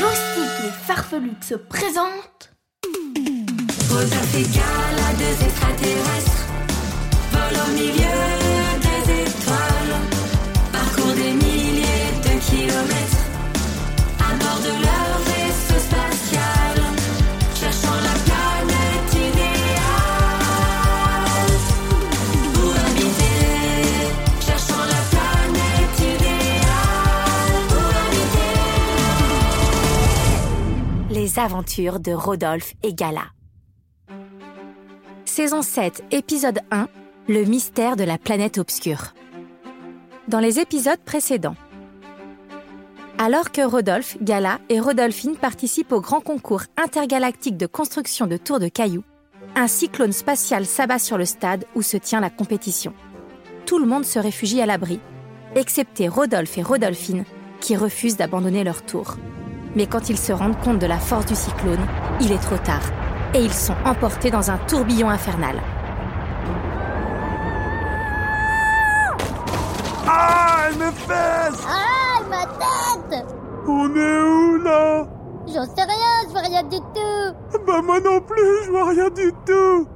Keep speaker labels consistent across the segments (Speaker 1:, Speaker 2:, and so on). Speaker 1: Loustique et Farfelux se présentent
Speaker 2: Rose Africa, la deux extraterrestres. Vol au milieu des étoiles. Parcours des milliers de kilomètres. À bord de leur vaisseau spatial. Cherchant la planète idéale. Pour habiter. Cherchant la planète idéale. Pour habiter.
Speaker 3: Les aventures de Rodolphe et Gala. Saison 7, épisode 1, le mystère de la planète obscure. Dans les épisodes précédents. Alors que Rodolphe, Gala et Rodolphine participent au grand concours intergalactique de construction de tours de cailloux, un cyclone spatial s'abat sur le stade où se tient la compétition. Tout le monde se réfugie à l'abri, excepté Rodolphe et Rodolphine, qui refusent d'abandonner leur tour. Mais quand ils se rendent compte de la force du cyclone, il est trop tard. Et ils sont emportés dans un tourbillon infernal.
Speaker 4: Ah, elle me fesse
Speaker 5: Ah, ma tête
Speaker 4: On est où là
Speaker 5: J'en sais rien, je vois rien du tout.
Speaker 4: Bah moi non plus, je vois rien du tout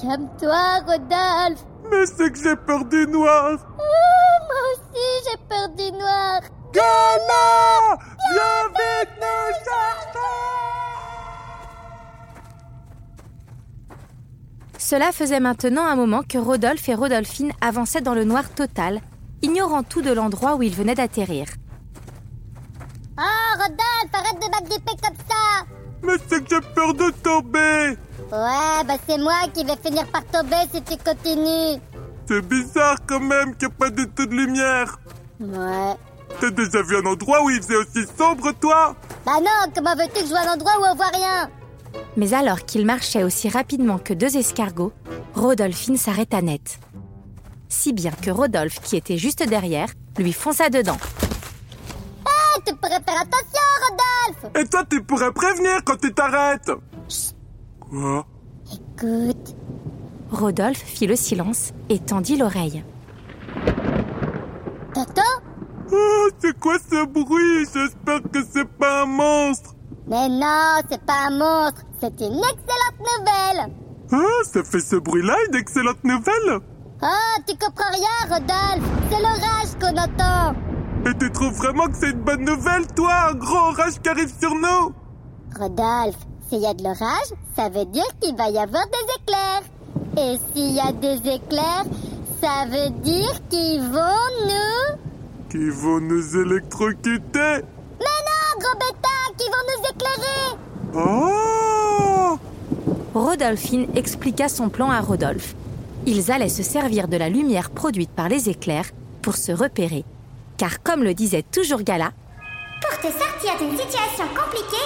Speaker 5: Calme-toi, Rodolphe.
Speaker 4: Mais c'est que j'ai peur des noirs
Speaker 5: Ouh, moi aussi, j'ai peur du noir.
Speaker 4: Gala Viens vite nous chercher
Speaker 3: Cela faisait maintenant un moment que Rodolphe et Rodolphine avançaient dans le noir total, ignorant tout de l'endroit où ils venaient d'atterrir.
Speaker 5: Oh, Rodolphe, arrête de m'agripper comme ça.
Speaker 4: Mais c'est que j'ai peur de tomber
Speaker 5: Ouais, bah c'est moi qui vais finir par tomber si tu continues.
Speaker 4: C'est bizarre quand même qu'il n'y a pas du tout de lumière
Speaker 5: Ouais.
Speaker 4: T'as déjà vu un endroit où il faisait aussi sombre toi
Speaker 5: Bah non, comment veux-tu que je vois un endroit où on voit rien
Speaker 3: Mais alors qu'ils marchaient aussi rapidement que deux escargots, Rodolphine s'arrêta net. Si bien que Rodolphe, qui était juste derrière, lui fonça dedans.
Speaker 5: Ah, tu pourrais faire attention, Rodolphe.
Speaker 4: Et toi tu pourrais prévenir quand tu t'arrêtes Quoi
Speaker 5: Écoute,
Speaker 3: Rodolphe fit le silence et tendit l'oreille.
Speaker 5: t'entends
Speaker 4: Oh, c'est quoi ce bruit J'espère que c'est pas un monstre
Speaker 5: Mais non, c'est pas un monstre. C'est une excellente nouvelle.
Speaker 4: Ah, ça fait ce bruit-là une excellente nouvelle
Speaker 5: Oh, tu comprends rien, Rodolphe. C'est l'orage qu'on entend.
Speaker 4: Et tu trouves vraiment que c'est une bonne nouvelle, toi Un grand orage qui arrive sur nous
Speaker 5: Rodolphe, s'il y a de l'orage, ça veut dire qu'il va y avoir des éclairs. Et s'il y a des éclairs, ça veut dire qu'ils vont nous...
Speaker 4: Qui vont nous électrocuter
Speaker 5: Mais non, gros bêta, qu'ils vont nous éclairer
Speaker 4: Oh
Speaker 3: Rodolphine expliqua son plan à Rodolphe. Ils allaient se servir de la lumière produite par les éclairs pour se repérer. Car comme le disait toujours Gala,
Speaker 6: Pour te sortir d'une situation compliquée,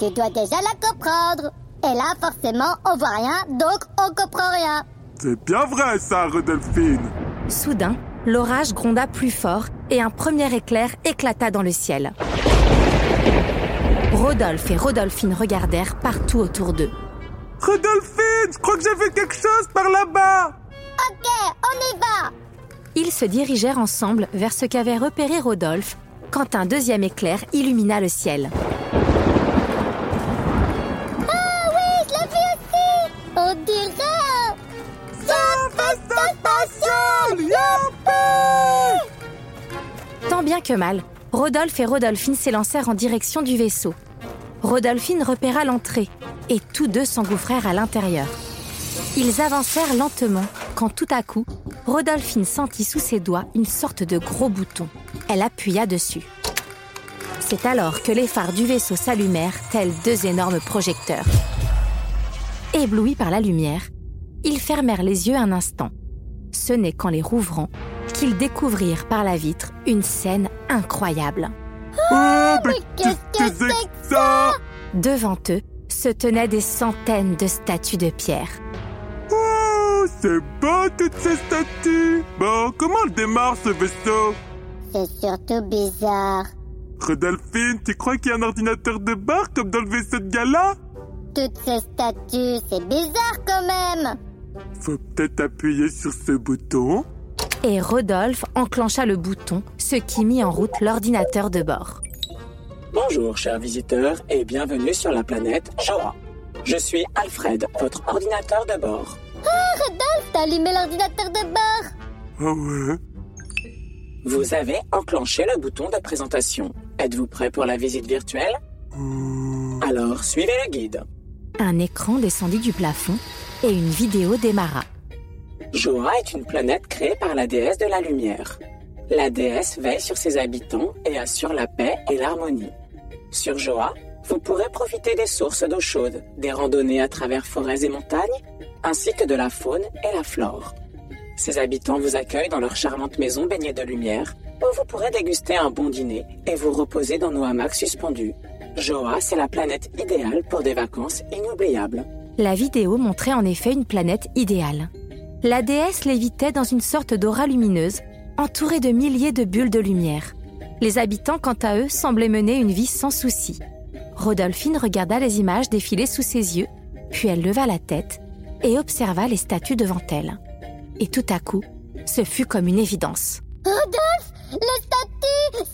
Speaker 5: Tu dois déjà la comprendre. Et là, forcément, on voit rien, donc on comprend rien.
Speaker 4: C'est bien vrai, ça, Rodolphine
Speaker 3: soudain, l'orage gronda plus fort et un premier éclair éclata dans le ciel. Rodolphe et Rodolphine regardèrent partout autour d'eux.
Speaker 4: Rodolphine Je crois que j'ai vu quelque chose par là-bas Oh,
Speaker 5: Ok, on y va
Speaker 3: Ils se dirigèrent ensemble vers ce qu'avait repéré Rodolphe quand un deuxième éclair illumina le ciel.
Speaker 5: Oui, je l'ai vu aussi On dirait...
Speaker 4: Spatial
Speaker 3: Tant bien que mal, Rodolphe et Rodolphine s'élancèrent en direction du vaisseau. Rodolphine repéra l'entrée et tous deux s'engouffrèrent à l'intérieur. Ils avancèrent lentement quand tout à coup, Rodolphine sentit sous ses doigts une sorte de gros bouton. Elle appuya dessus. C'est alors que les phares du vaisseau s'allumèrent tels deux énormes projecteurs. Éblouis par la lumière, ils fermèrent les yeux un instant. Ce n'est qu'en les rouvrant qu'ils découvrirent par la vitre une scène incroyable.
Speaker 4: Oh, mais
Speaker 5: Ah, qu'est-ce que c'est que
Speaker 4: ça
Speaker 3: Devant eux se tenaient des centaines de statues de pierre.
Speaker 4: Oh, c'est beau toutes ces statues Bon, comment on démarre ce vaisseau
Speaker 5: C'est surtout bizarre.
Speaker 4: Rodolphine, tu crois qu'il y a un ordinateur de bord comme dans le vaisseau de gala
Speaker 5: Toutes ces statues, c'est bizarre quand même.
Speaker 4: Faut peut-être appuyer sur ce bouton.
Speaker 3: Et Rodolphe enclencha le bouton, ce qui mit en route l'ordinateur de bord.
Speaker 7: Bonjour, chers visiteurs, et bienvenue sur la planète Shoah. Je suis Alfred, votre ordinateur de bord.
Speaker 5: T'as allumé l'ordinateur de bord.
Speaker 4: Ah ouais
Speaker 7: Vous avez enclenché le bouton de présentation. Êtes-vous prêt pour la visite virtuelle Alors, suivez le guide.
Speaker 3: Un écran descendit du plafond et une vidéo démarra.
Speaker 7: Joa est une planète créée par la déesse de la lumière. La déesse veille sur ses habitants et assure la paix et l'harmonie. Sur Joa, vous pourrez profiter des sources d'eau chaude, des randonnées à travers forêts et montagnes, ainsi que de la faune et la flore. Ses habitants vous accueillent dans leur charmante maison baignée de lumière, où vous pourrez déguster un bon dîner et vous reposer dans nos hamacs suspendus. Joa, c'est la planète idéale pour des vacances inoubliables.
Speaker 3: La vidéo montrait en effet une planète idéale. La déesse lévitait dans une sorte d'aura lumineuse, entourée de milliers de bulles de lumière. Les habitants, quant à eux, semblaient mener une vie sans souci. Rodolphine regarda les images défiler sous ses yeux, puis elle leva la tête et observa les statues devant elle. Et tout à coup, ce fut comme une évidence.
Speaker 5: Rodolphe, les statues,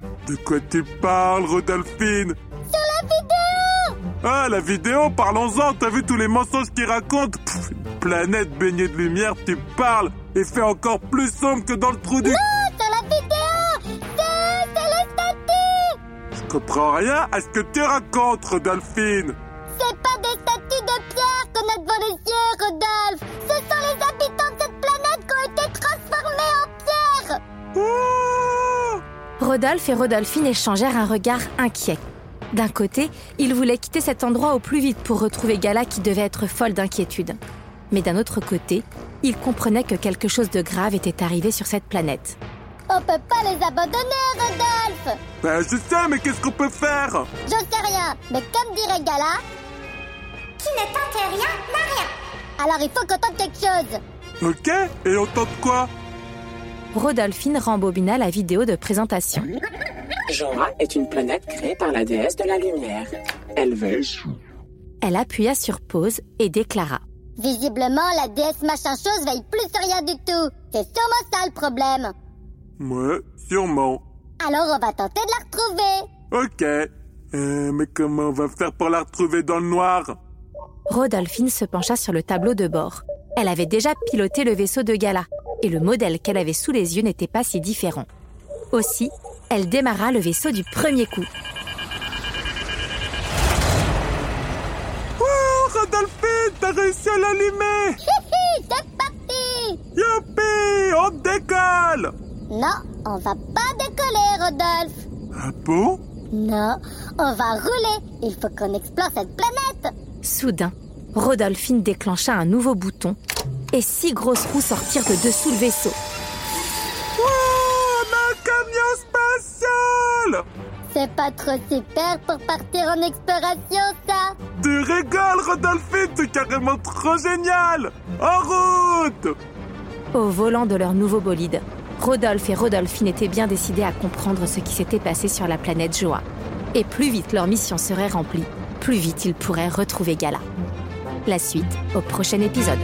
Speaker 5: c'est eux
Speaker 4: De quoi tu parles, Rodolphine Sur la vidéo Ah, la vidéo, parlons-en, t'as vu tous les mensonges qu'ils racontent Pff, une Planète baignée de lumière, tu parles Et fait encore plus sombre que dans le trou du...
Speaker 5: Oh, Sur la vidéo, c'est eux, c'est les statues
Speaker 4: Je comprends rien à ce que tu racontes, Rodolphine
Speaker 5: C'est pas des statues de pierre qu'on a devant les yeux, Rodolphe Ce sont les habitants de cette planète qui ont été transformés en pierre
Speaker 4: Oh
Speaker 3: Rodolphe et Rodolphine échangèrent un regard inquiet. D'un côté, ils voulaient quitter cet endroit au plus vite pour retrouver Gala qui devait être folle d'inquiétude. Mais d'un autre côté, ils comprenaient que quelque chose de grave était arrivé sur cette planète.
Speaker 5: On peut pas les abandonner, Rodolphe
Speaker 4: Ben, je sais, mais qu'est-ce qu'on peut faire
Speaker 5: J'en sais rien, mais comme dirait Gala,
Speaker 6: Qui ne tente rien n'a rien.
Speaker 5: alors il faut qu'on tente quelque chose
Speaker 4: Ok Et on tente quoi
Speaker 3: Rodolphine rembobina la vidéo de présentation.
Speaker 7: Joa est une planète créée par la déesse de la lumière. Elle veille sur
Speaker 3: Elle appuya sur pause et déclara.
Speaker 5: Visiblement, la déesse machin chose veille plus sur rien du tout C'est sûrement ça le problème
Speaker 4: Ouais, sûrement.
Speaker 5: Alors on va tenter de la retrouver
Speaker 4: Ok. Euh, mais comment on va faire pour la retrouver dans le noir
Speaker 3: Rodolphine se pencha sur le tableau de bord. Elle avait déjà piloté le vaisseau de Gala, et le modèle qu'elle avait sous les yeux n'était pas si différent. Aussi, elle démarra le vaisseau du premier coup.
Speaker 4: Oh, Rodolphine, t'as réussi à l'allumer
Speaker 5: Hi, C'est parti
Speaker 4: Youpi On décolle
Speaker 5: Non, on va pas décoller, Rodolphe
Speaker 4: Ah bon
Speaker 5: Non, on va rouler. Il faut qu'on explore cette planète.
Speaker 3: Soudain, Rodolphine déclencha un nouveau bouton, et six grosses roues sortirent de dessous le vaisseau.
Speaker 4: Wow, on a un Ah, camion spatial
Speaker 5: C'est pas trop super pour partir en exploration, ça.
Speaker 4: Tu rigoles, Rodolphine, c'est carrément trop génial En route
Speaker 3: Au volant de leur nouveau bolide, Rodolphe et Rodolphine étaient bien décidés à comprendre ce qui s'était passé sur la planète Joa. Et plus vite leur mission serait remplie, plus vite ils pourraient retrouver Gala. La suite au prochain épisode.